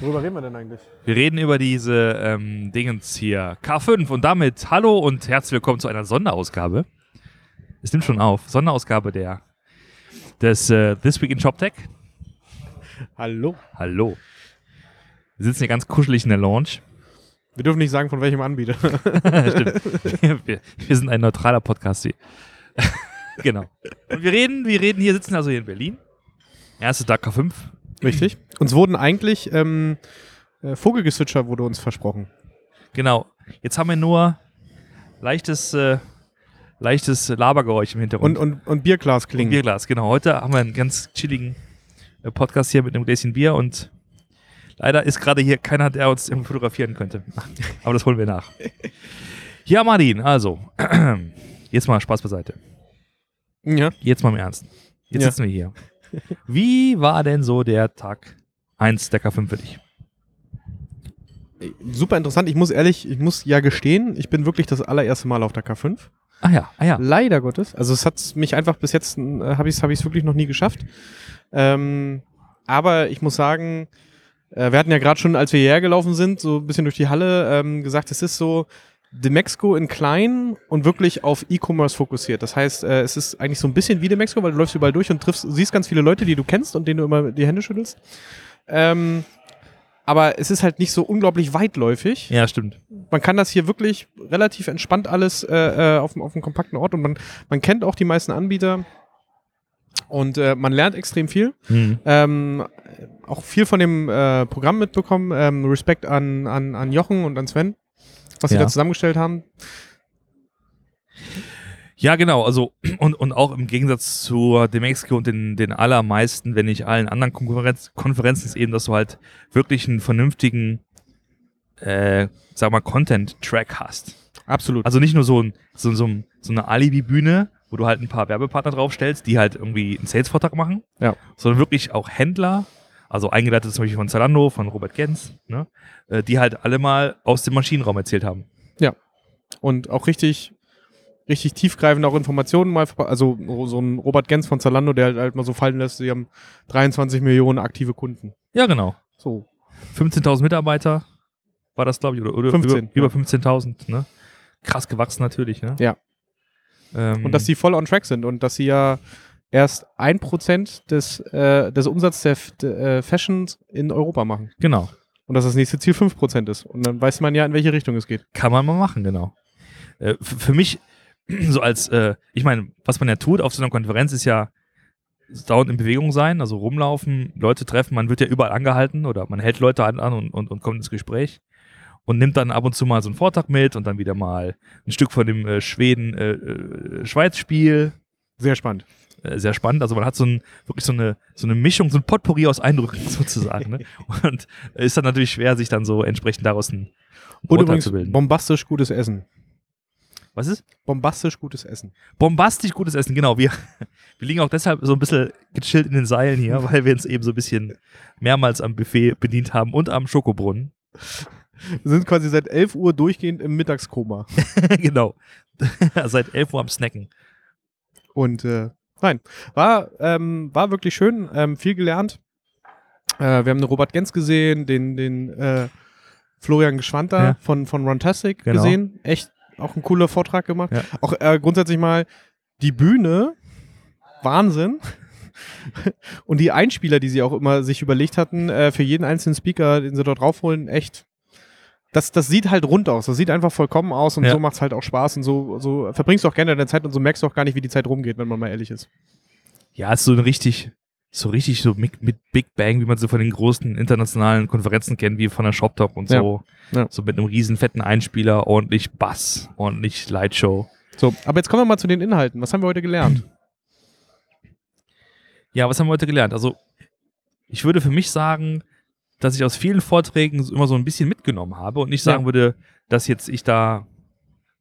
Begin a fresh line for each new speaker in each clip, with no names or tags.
Worüber reden wir denn eigentlich?
Wir reden über diese ähm, Dingens hier. K5 und damit hallo und herzlich willkommen zu einer Sonderausgabe. Es nimmt schon auf. Sonderausgabe der des äh, This Week in ShopTech.
Hallo.
Hallo. Wir sitzen hier ganz kuschelig in der Lounge.
Wir dürfen nicht sagen, von welchem Anbieter.
Stimmt. Wir, wir sind ein neutraler Podcast. hier. genau. Und wir reden, wir reden hier, sitzen also hier in Berlin. Erste Tag K5.
Richtig. Uns wurden eigentlich ähm, äh, Vogelgezwitscher wurde uns versprochen.
Genau. Jetzt haben wir nur leichtes, äh, leichtes Labergeräusch im Hintergrund.
Und, und, und Bierglas klingen.
Bierglas, genau. Heute haben wir einen ganz chilligen äh, Podcast hier mit einem Gläschen Bier und leider ist gerade hier keiner, der uns irgendwie fotografieren könnte. Aber das holen wir nach. Ja, Martin, also, jetzt mal Spaß beiseite.
ja.
Jetzt mal im Ernst. Jetzt
Ja.
sitzen wir hier. Wie war denn so der Tag 1 der K5 für dich?
Äh, Super interessant. Ich muss ehrlich, ich muss ja gestehen, ich bin wirklich das allererste Mal auf der K5.
Ah ja, ah ja.
Leider Gottes. Also es hat mich einfach bis jetzt, äh, habe ich es hab ich's wirklich noch nie geschafft. Ähm, aber ich muss sagen, äh, wir hatten ja gerade schon, als wir hierher gelaufen sind, so ein bisschen durch die Halle ähm, gesagt, es ist so Demexco in klein und wirklich auf E-Commerce fokussiert. Das heißt, äh, es ist eigentlich so ein bisschen wie Demexco, weil du läufst überall durch und triffst, siehst ganz viele Leute, die du kennst und denen du immer die Hände schüttelst. Ähm, aber es ist halt nicht so unglaublich weitläufig
Ja, stimmt.
man kann das hier wirklich relativ entspannt alles äh, äh, auf, dem- auf einem kompakten Ort und man, man kennt auch die meisten Anbieter und äh, man lernt extrem viel.
Hm.
Ähm, auch viel von dem äh, Programm mitbekommen. Ähm, Respekt an, an, an Jochen und an Sven, was sie
Ja.
da zusammengestellt haben.
Ja, genau. Also, und, und auch im Gegensatz zur Demexco und den, den allermeisten, wenn nicht allen anderen Konkurrenz, Konferenzen, ist eben, dass du halt wirklich einen vernünftigen, äh, sag mal, Content-Track hast.
Absolut.
Also nicht nur so, ein, so, so, ein- so eine Alibi-Bühne, wo du halt ein paar Werbepartner draufstellst, die halt irgendwie einen Sales-Vortrag machen,
Ja.
sondern wirklich auch Händler, also eingeleitet zum Beispiel von Zalando, von Robert Gens, ne, äh, die halt alle mal aus dem Maschinenraum erzählt haben.
und auch richtig, richtig tiefgreifend auch Informationen mal. verpa- Also so ein Robert Gens von Zalando, der halt, halt mal so fallen lässt, sie haben 23 Millionen aktive Kunden.
Ja, genau.
So.
15.000 Mitarbeiter war das, glaube ich, oder, oder
15,
über,
ja.
über 15.000. Ne? Krass gewachsen natürlich. Ne?
Ja.
Ähm,
Und dass sie voll on track sind und dass sie ja erst 1% des, äh, des Umsatzes der, F- der äh, Fashions in Europa machen.
genau.
Und dass das nächste Ziel 5% ist. Und dann weiß man ja, in welche Richtung es geht.
Kann man mal machen, genau. Äh, f- für mich, so als, äh, ich meine, was man ja tut auf so einer Konferenz ist ja dauernd in Bewegung sein, also rumlaufen, Leute treffen, man wird ja überall angehalten oder man hält Leute an, an und, und, und kommt ins Gespräch und nimmt dann ab und zu mal so einen Vortrag mit und dann wieder mal ein Stück von dem äh, Schweden-Schweiz-Spiel.
Sehr spannend.
äh, sehr spannend. Also man hat so ein, wirklich so eine, so eine Mischung, so ein Potpourri aus Eindrücken sozusagen. Ne? Und äh, ist dann natürlich schwer, sich dann so entsprechend daraus ein ein
Und
Urteil
übrigens
zu bilden.
bombastisch gutes Essen.
Was ist?
Bombastisch gutes Essen.
Bombastisch gutes Essen, genau. Wir, wir liegen auch deshalb so ein bisschen gechillt in den Seilen hier, weil wir uns eben so ein bisschen mehrmals am Buffet bedient haben und am Schokobrunnen.
Wir sind quasi seit 11 Uhr durchgehend im Mittagskoma.
genau. Seit 11 Uhr am Snacken.
Und äh, nein, war, ähm, war wirklich schön, ähm, viel gelernt. Äh, wir haben den Robert Gens gesehen, den, den äh, Florian Geschwanter
Ja.
von, von Runtastic
Genau.
gesehen. Echt auch ein cooler Vortrag gemacht.
Ja.
Auch äh, grundsätzlich mal die Bühne, Wahnsinn. Und die Einspieler, die sie auch immer sich überlegt hatten, äh, für jeden einzelnen Speaker, den sie dort raufholen, echt. Das, das sieht halt rund aus. Das sieht einfach vollkommen aus und
Ja.
so macht es halt auch Spaß und so, so verbringst du auch gerne deine Zeit und so merkst du auch gar nicht, wie die Zeit rumgeht, wenn man mal ehrlich ist.
Ja, ist so ein richtig, so richtig so mit, mit Big Bang, wie man so von den großen internationalen Konferenzen kennt, wie von der Shop Talk und
Ja.
so.
Ja.
So mit einem riesen fetten Einspieler, ordentlich Bass, ordentlich Lightshow.
So, aber jetzt kommen wir mal zu den Inhalten. Was haben wir heute gelernt?
Ja, was haben wir heute gelernt? Also, ich würde für mich sagen, dass ich aus vielen Vorträgen so- immer so ein bisschen mitgenommen habe und nicht sagen
Ja.
würde, dass jetzt ich da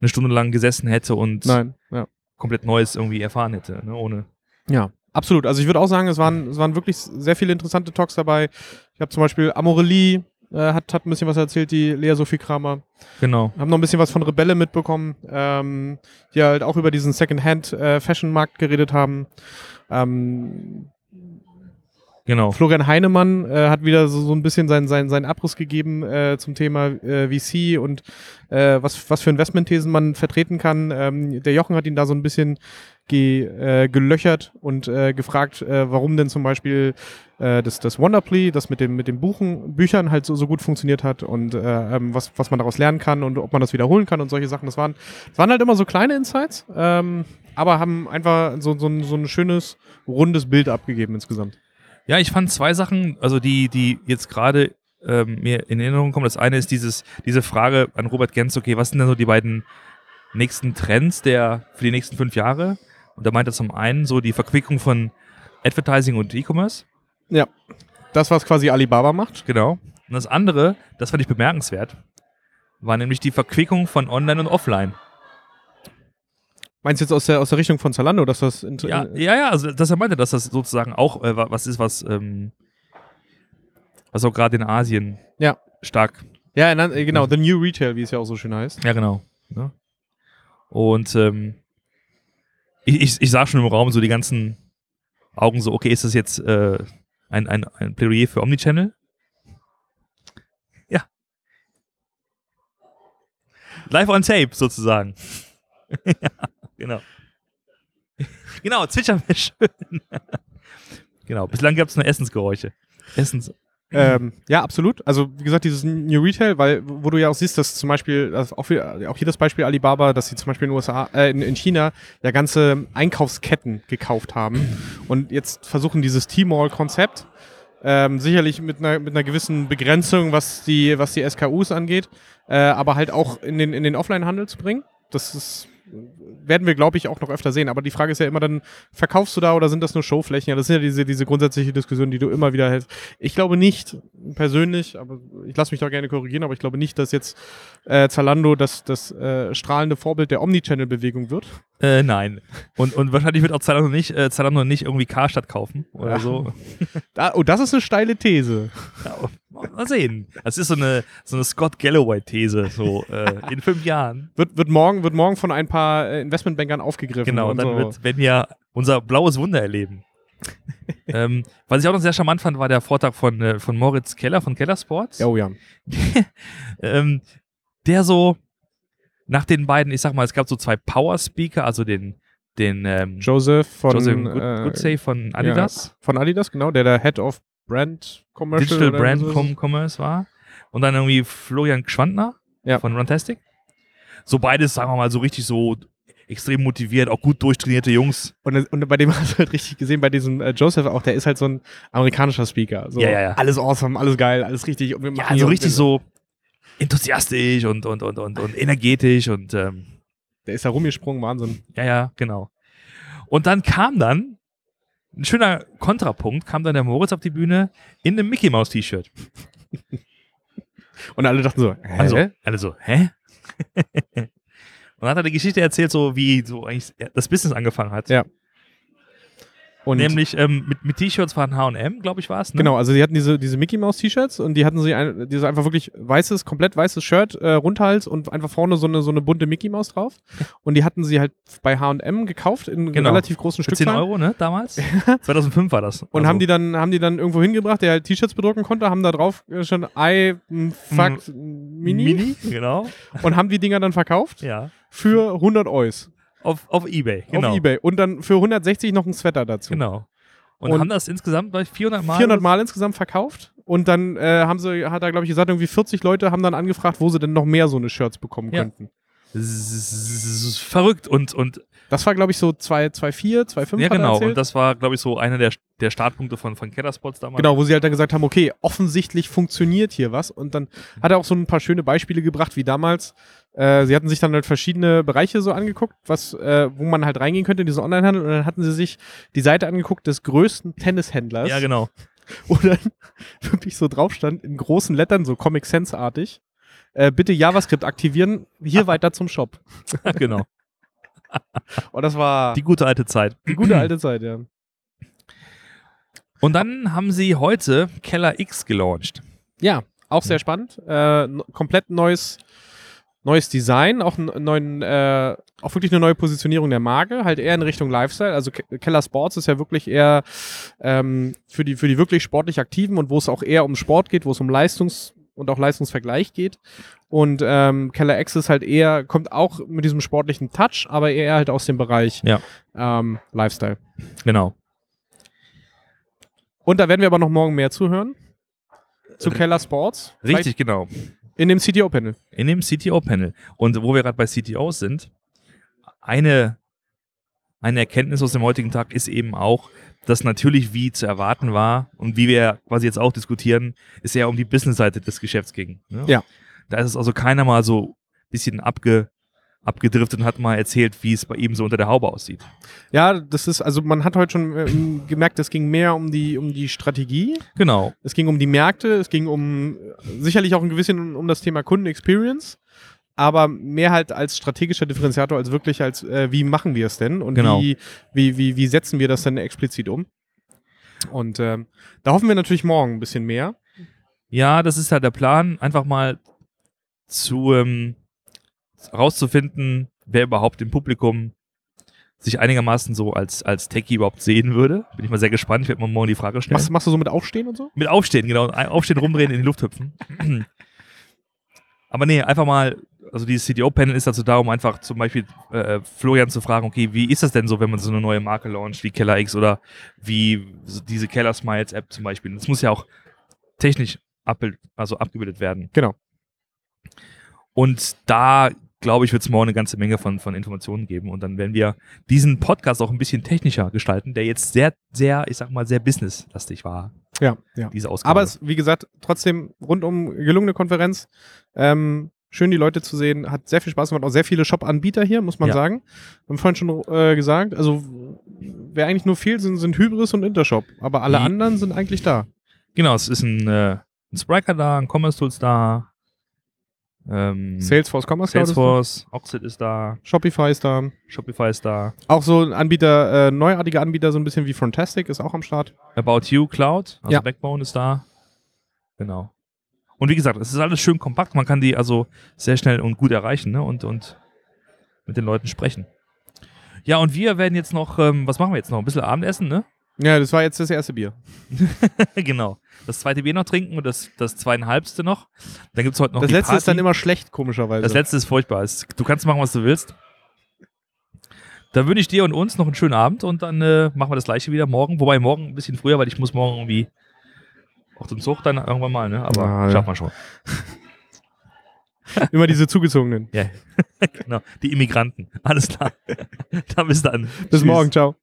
eine Stunde lang gesessen hätte und
Nein, ja.
komplett Neues irgendwie erfahren hätte, ne? ohne.
Ja, absolut. Also ich würde auch sagen, es waren, es waren wirklich sehr viele interessante Talks dabei. Ich habe zum Beispiel Amorelie äh, hat, hat ein bisschen was erzählt, die Lea Sophie Kramer.
Genau.
Haben noch ein bisschen was von Rebelle mitbekommen, ähm, die halt auch über äh, diesen Second-Hand-Fashion-Markt geredet haben. Ähm,
Genau.
Florian Heinemann äh, hat wieder so, so ein bisschen seinen, seinen, seinen Abriss gegeben äh, zum Thema äh, VC und äh, was, was für Investmentthesen man vertreten kann. Ähm, der Jochen hat ihn da so ein bisschen ge, äh, gelöchert und äh, gefragt, äh, warum denn zum Beispiel äh, das, das Wonderplay, das mit, dem, mit den Buchen, Büchern halt so, so gut funktioniert hat und äh, ähm, was, was man daraus lernen kann und ob man das wiederholen kann und solche Sachen. Das waren, das waren halt immer so kleine Insights, ähm, aber haben einfach so, so, ein, so ein schönes, rundes Bild abgegeben insgesamt.
Ja, ich fand zwei Sachen, also die, die jetzt gerade ähm, mir in Erinnerung kommen. Das eine ist dieses, diese Frage an Robert Gens, okay, was sind denn so die beiden nächsten Trends der, für die nächsten fünf Jahre? Und da meint er zum einen so die Verquickung von Advertising und E-Commerce.
Ja. Das, was quasi Alibaba macht.
Genau. Und das andere, das fand ich bemerkenswert, war nämlich die Verquickung von Online und Offline.
Meinst du jetzt aus der, aus der Richtung von Zalando, dass das. in-
Ja, ja, ja, also dass er meinte, dass das sozusagen auch äh, wa- was ist, was, ähm, was auch gerade in Asien
Ja.
stark.
ja na, äh, genau. The New Retail, wie es ja auch so schön heißt.
Ja, genau. Ne? Und ähm, ich, ich, ich sah schon im Raum so die ganzen Augen so, okay, ist das jetzt äh, ein, ein, ein Plädoyer für Omnichannel? Ja. Live on tape sozusagen. ja, genau. genau, zwitschern wäre schön. genau, bislang gab es nur Essensgeräusche. Essens.
ähm, ja, absolut. Also, wie gesagt, dieses New Retail, weil, wo du ja auch siehst, dass zum Beispiel, also auch, wieder- auch hier das Beispiel Alibaba, dass sie zum Beispiel in, USA, äh, in, in China ja ganze Einkaufsketten gekauft haben und jetzt versuchen dieses T-Mall-Konzept, ähm, sicherlich mit einer, mit einer gewissen Begrenzung, was die, was die SKUs angeht, äh, aber halt auch in den, in den Offline-Handel zu bringen. Das ist, werden wir, glaube ich, auch noch öfter sehen. Aber die Frage ist ja immer dann, verkaufst du da oder sind das nur Showflächen? Ja, das sind ja diese, diese grundsätzliche Diskussion, die du immer wieder hältst. Ich glaube nicht, persönlich, aber ich lasse mich da gerne korrigieren, aber ich glaube nicht, dass jetzt äh, Zalando das, das äh, strahlende Vorbild der Omnichannel-Bewegung wird.
Äh, nein. Und, und wahrscheinlich wird auch Zalando nicht, äh, Zalando nicht irgendwie Karstadt kaufen oder
Ja.
so.
Da, oh, das ist eine steile These.
Ja, mal sehen. Das ist so eine, so eine Scott Galloway-These, so äh, in fünf Jahren.
Wird, wird, morgen, wird morgen von ein paar äh, Investmentbankern aufgegriffen.
Genau,
und
dann
so.
wird Svenja unser blaues Wunder erleben. ähm, was ich auch noch sehr charmant fand, war der Vortrag von, äh, von Moritz Keller von Keller Sports.
Oh ja.
ähm, der so nach den beiden, ich sag mal, es gab so zwei Power-Speaker, also den, den ähm,
Joseph von,
Joseph Good,
äh,
Goodsey von Adidas.
von Adidas, genau, der der Head of Brand Commercial
Digital
oder
Brand
so ist.
Com Commerce war. Und dann irgendwie Florian Schwandner
Ja.
von Runtastic. So beides, sagen wir mal, so richtig so extrem motiviert, auch gut durchtrainierte Jungs.
Und, und bei dem hast du halt richtig gesehen, bei diesem äh, Joseph auch, der ist halt so ein amerikanischer Speaker. So,
Ja, ja, ja.
Alles awesome, alles geil, alles richtig. Und wir machen
Ja,
hier-
also richtig
genau.
so enthusiastisch und, und, und, und, und energetisch und ähm,
Der ist da rumgesprungen, Wahnsinn.
ja, ja, genau. Und dann kam dann ein schöner Kontrapunkt, kam dann der Moritz auf die Bühne in einem Mickey Mouse T-Shirt.
Und alle dachten so, hä?
Also, alle so, hä? und dann hat er die Geschichte erzählt, so wie so eigentlich das Business angefangen hat.
Ja. und
Nämlich ähm, mit, mit T-Shirts von HM, glaube ich, war es. Ne?
Genau, also die hatten diese, diese Mickey Mouse T-Shirts und die hatten sie ein, diese einfach wirklich weißes, komplett weißes Shirt, äh, Rundhals und einfach vorne so eine, so eine bunte Mickey Mouse drauf. Und die hatten sie halt bei H&M gekauft in
Genau.
relativ großen
Für 10
Stückzahlen.
Euro, ne? Damals? 2005 war das.
Und
Also,
haben die dann haben die dann irgendwo hingebracht, der halt T-Shirts bedrucken konnte, haben da drauf äh, schon I m, fuck Mini,
Genau.
und haben die Dinger dann verkauft
Ja.
für 100 Eus
Auf, auf Ebay. Genau.
auf eBay und dann für 160 noch ein Sweater dazu.
Genau. Und,
Und-
haben das insgesamt bei 400 Mal.
400 Mal insgesamt verkauft und dann äh, haben sie hat er glaube ich gesagt irgendwie 40 Leute haben dann angefragt, wo sie denn noch mehr so eine Shirts bekommen
Ja.
könnten.
Das ist Verrückt. Und, und
Das war glaube ich so 2 2 4, 2 5
ja, genau. Und
erzählt.
das war, glaube ich, so einer der, der Startpunkte von, von Kellerspots damals.
Genau, wo sie halt dann gesagt haben, okay, offensichtlich funktioniert hier was. Und dann hat er auch so ein paar schöne Beispiele gebracht, wie damals. Äh, sie hatten sich dann halt verschiedene Bereiche so angeguckt, was, äh, wo man halt reingehen könnte in diesen Onlinehandel. Und dann hatten sie sich die Seite angeguckt des größten Tennishändlers,
Ja, genau.
wo dann wirklich so drauf stand, in großen Lettern, so Comic Sense-artig. Äh, bitte JavaScript aktivieren, hier weiter zum Shop.
genau.
Und das war
Die
die,
gute alte Zeit.
gute alte Zeit, ja.
Und dann haben sie heute Keller X gelauncht.
Ja, auch sehr spannend. Äh, n- komplett neues neues Design, auch einen neuen, äh, auch wirklich eine neue Positionierung der Marke, halt eher in Richtung Lifestyle. Also Ke- Keller Sports ist ja wirklich eher ähm, für die für die wirklich sportlich Aktiven und wo es auch eher um Sport geht, wo es um Leistungs und auch Leistungsvergleich geht. Und ähm, Keller X ist halt eher, kommt auch mit diesem sportlichen Touch, aber eher halt aus dem Bereich
Ja.
ähm, Lifestyle.
Genau.
Und da werden wir aber noch morgen mehr zuhören. Zu
Ri-
Keller Sports.
Richtig, genau.
Vielleicht In dem CTO-Panel.
In dem CTO-Panel. Und wo wir gerade bei CTOs sind, eine, eine Erkenntnis aus dem heutigen Tag ist eben auch, dass natürlich, wie zu erwarten war und wie wir quasi jetzt auch diskutieren, es ja um die Business-Seite des Geschäfts ging. ne?
Ja.
Da ist es also keiner mal so ein bisschen abge, abgedriftet und hat mal erzählt, wie es bei ihm so unter der Haube aussieht.
Ja, das ist, also man hat heute schon ähm, gemerkt, es ging mehr um die, um die Strategie,
Genau.
es ging um die Märkte, es ging um äh, sicherlich auch ein bisschen um das Thema Kundenexperience, aber mehr halt als strategischer Differenziator, als wirklich als äh, wie machen wir es denn und
Genau.
wie, wie, wie, wie setzen wir das denn explizit um. Und ähm, da hoffen wir natürlich morgen ein bisschen mehr.
Ja, das ist halt der Plan, einfach mal zu ähm, rauszufinden, wer überhaupt im Publikum sich einigermaßen so als, als Techie überhaupt sehen würde. Bin ich mal sehr gespannt. Ich werde mal morgen die Frage stellen.
Machst, machst du so mit Aufstehen und so?
Mit Aufstehen, genau. Ein- Aufstehen, rumdrehen, in die Luft hüpfen. Aber nee, einfach mal, also dieses CDO-Panel ist dazu da, um einfach zum Beispiel äh, Florian zu fragen, okay, wie ist das denn so, wenn man so eine neue Marke launcht, wie Keller X oder wie so diese Keller Smiles App zum Beispiel. Das muss ja auch technisch abbild, also abgebildet werden.
Genau.
Und da, glaube ich, wird es morgen eine ganze Menge von, von Informationen geben. Und dann werden wir diesen Podcast auch ein bisschen technischer gestalten, der jetzt sehr, sehr, ich sag mal, sehr businesslastig war,
Ja, ja.
diese Ausgabe.
Aber es, wie gesagt, trotzdem rundum gelungene Konferenz. Ähm, schön, die Leute zu sehen. Hat sehr viel Spaß gemacht. Auch sehr viele Shop-Anbieter hier, muss man
Ja.
sagen. Haben vorhin schon äh, gesagt. Also, wer eigentlich nur fehlt, sind, sind Hybris und Intershop. Aber alle
Mhm.
anderen sind eigentlich da.
Genau, es ist ein, äh, ein Spriker da, ein Commerce Tools da, ähm,
Salesforce Commerce Cloud ist
Salesforce, Oxid ist da,
da. Shopify ist da.
Shopify ist da,
Auch so ein Anbieter, äh, neuartiger Anbieter, so ein bisschen wie Frontastic, ist auch am Start.
About You Cloud, also
Ja.
Backbone ist da. Genau. Und wie gesagt, es ist alles schön kompakt, man kann die also sehr schnell und gut erreichen ne? und, und mit den Leuten sprechen. Ja, und wir werden jetzt noch, ähm, was machen wir jetzt noch? Ein bisschen Abendessen, ne?
Ja, das war jetzt das erste Bier.
genau. Das zweite Bier noch trinken und das, das zweieinhalbste noch. Dann gibt es heute noch
das
die
letzte
Party.
ist dann immer schlecht, komischerweise.
Das letzte ist furchtbar. Es- Du kannst machen, was du willst. Dann wünsche ich dir und uns noch einen schönen Abend und dann äh, machen wir das gleiche wieder morgen. Wobei morgen ein bisschen früher, weil ich muss morgen irgendwie auch zum Zug dann irgendwann mal, ne? Aber
Ah, ja.
schaffen wir schon.
immer diese zugezogenen.
Genau. Die Immigranten. Alles klar. dann bis dann.
Bis
Tschüss.
morgen, ciao.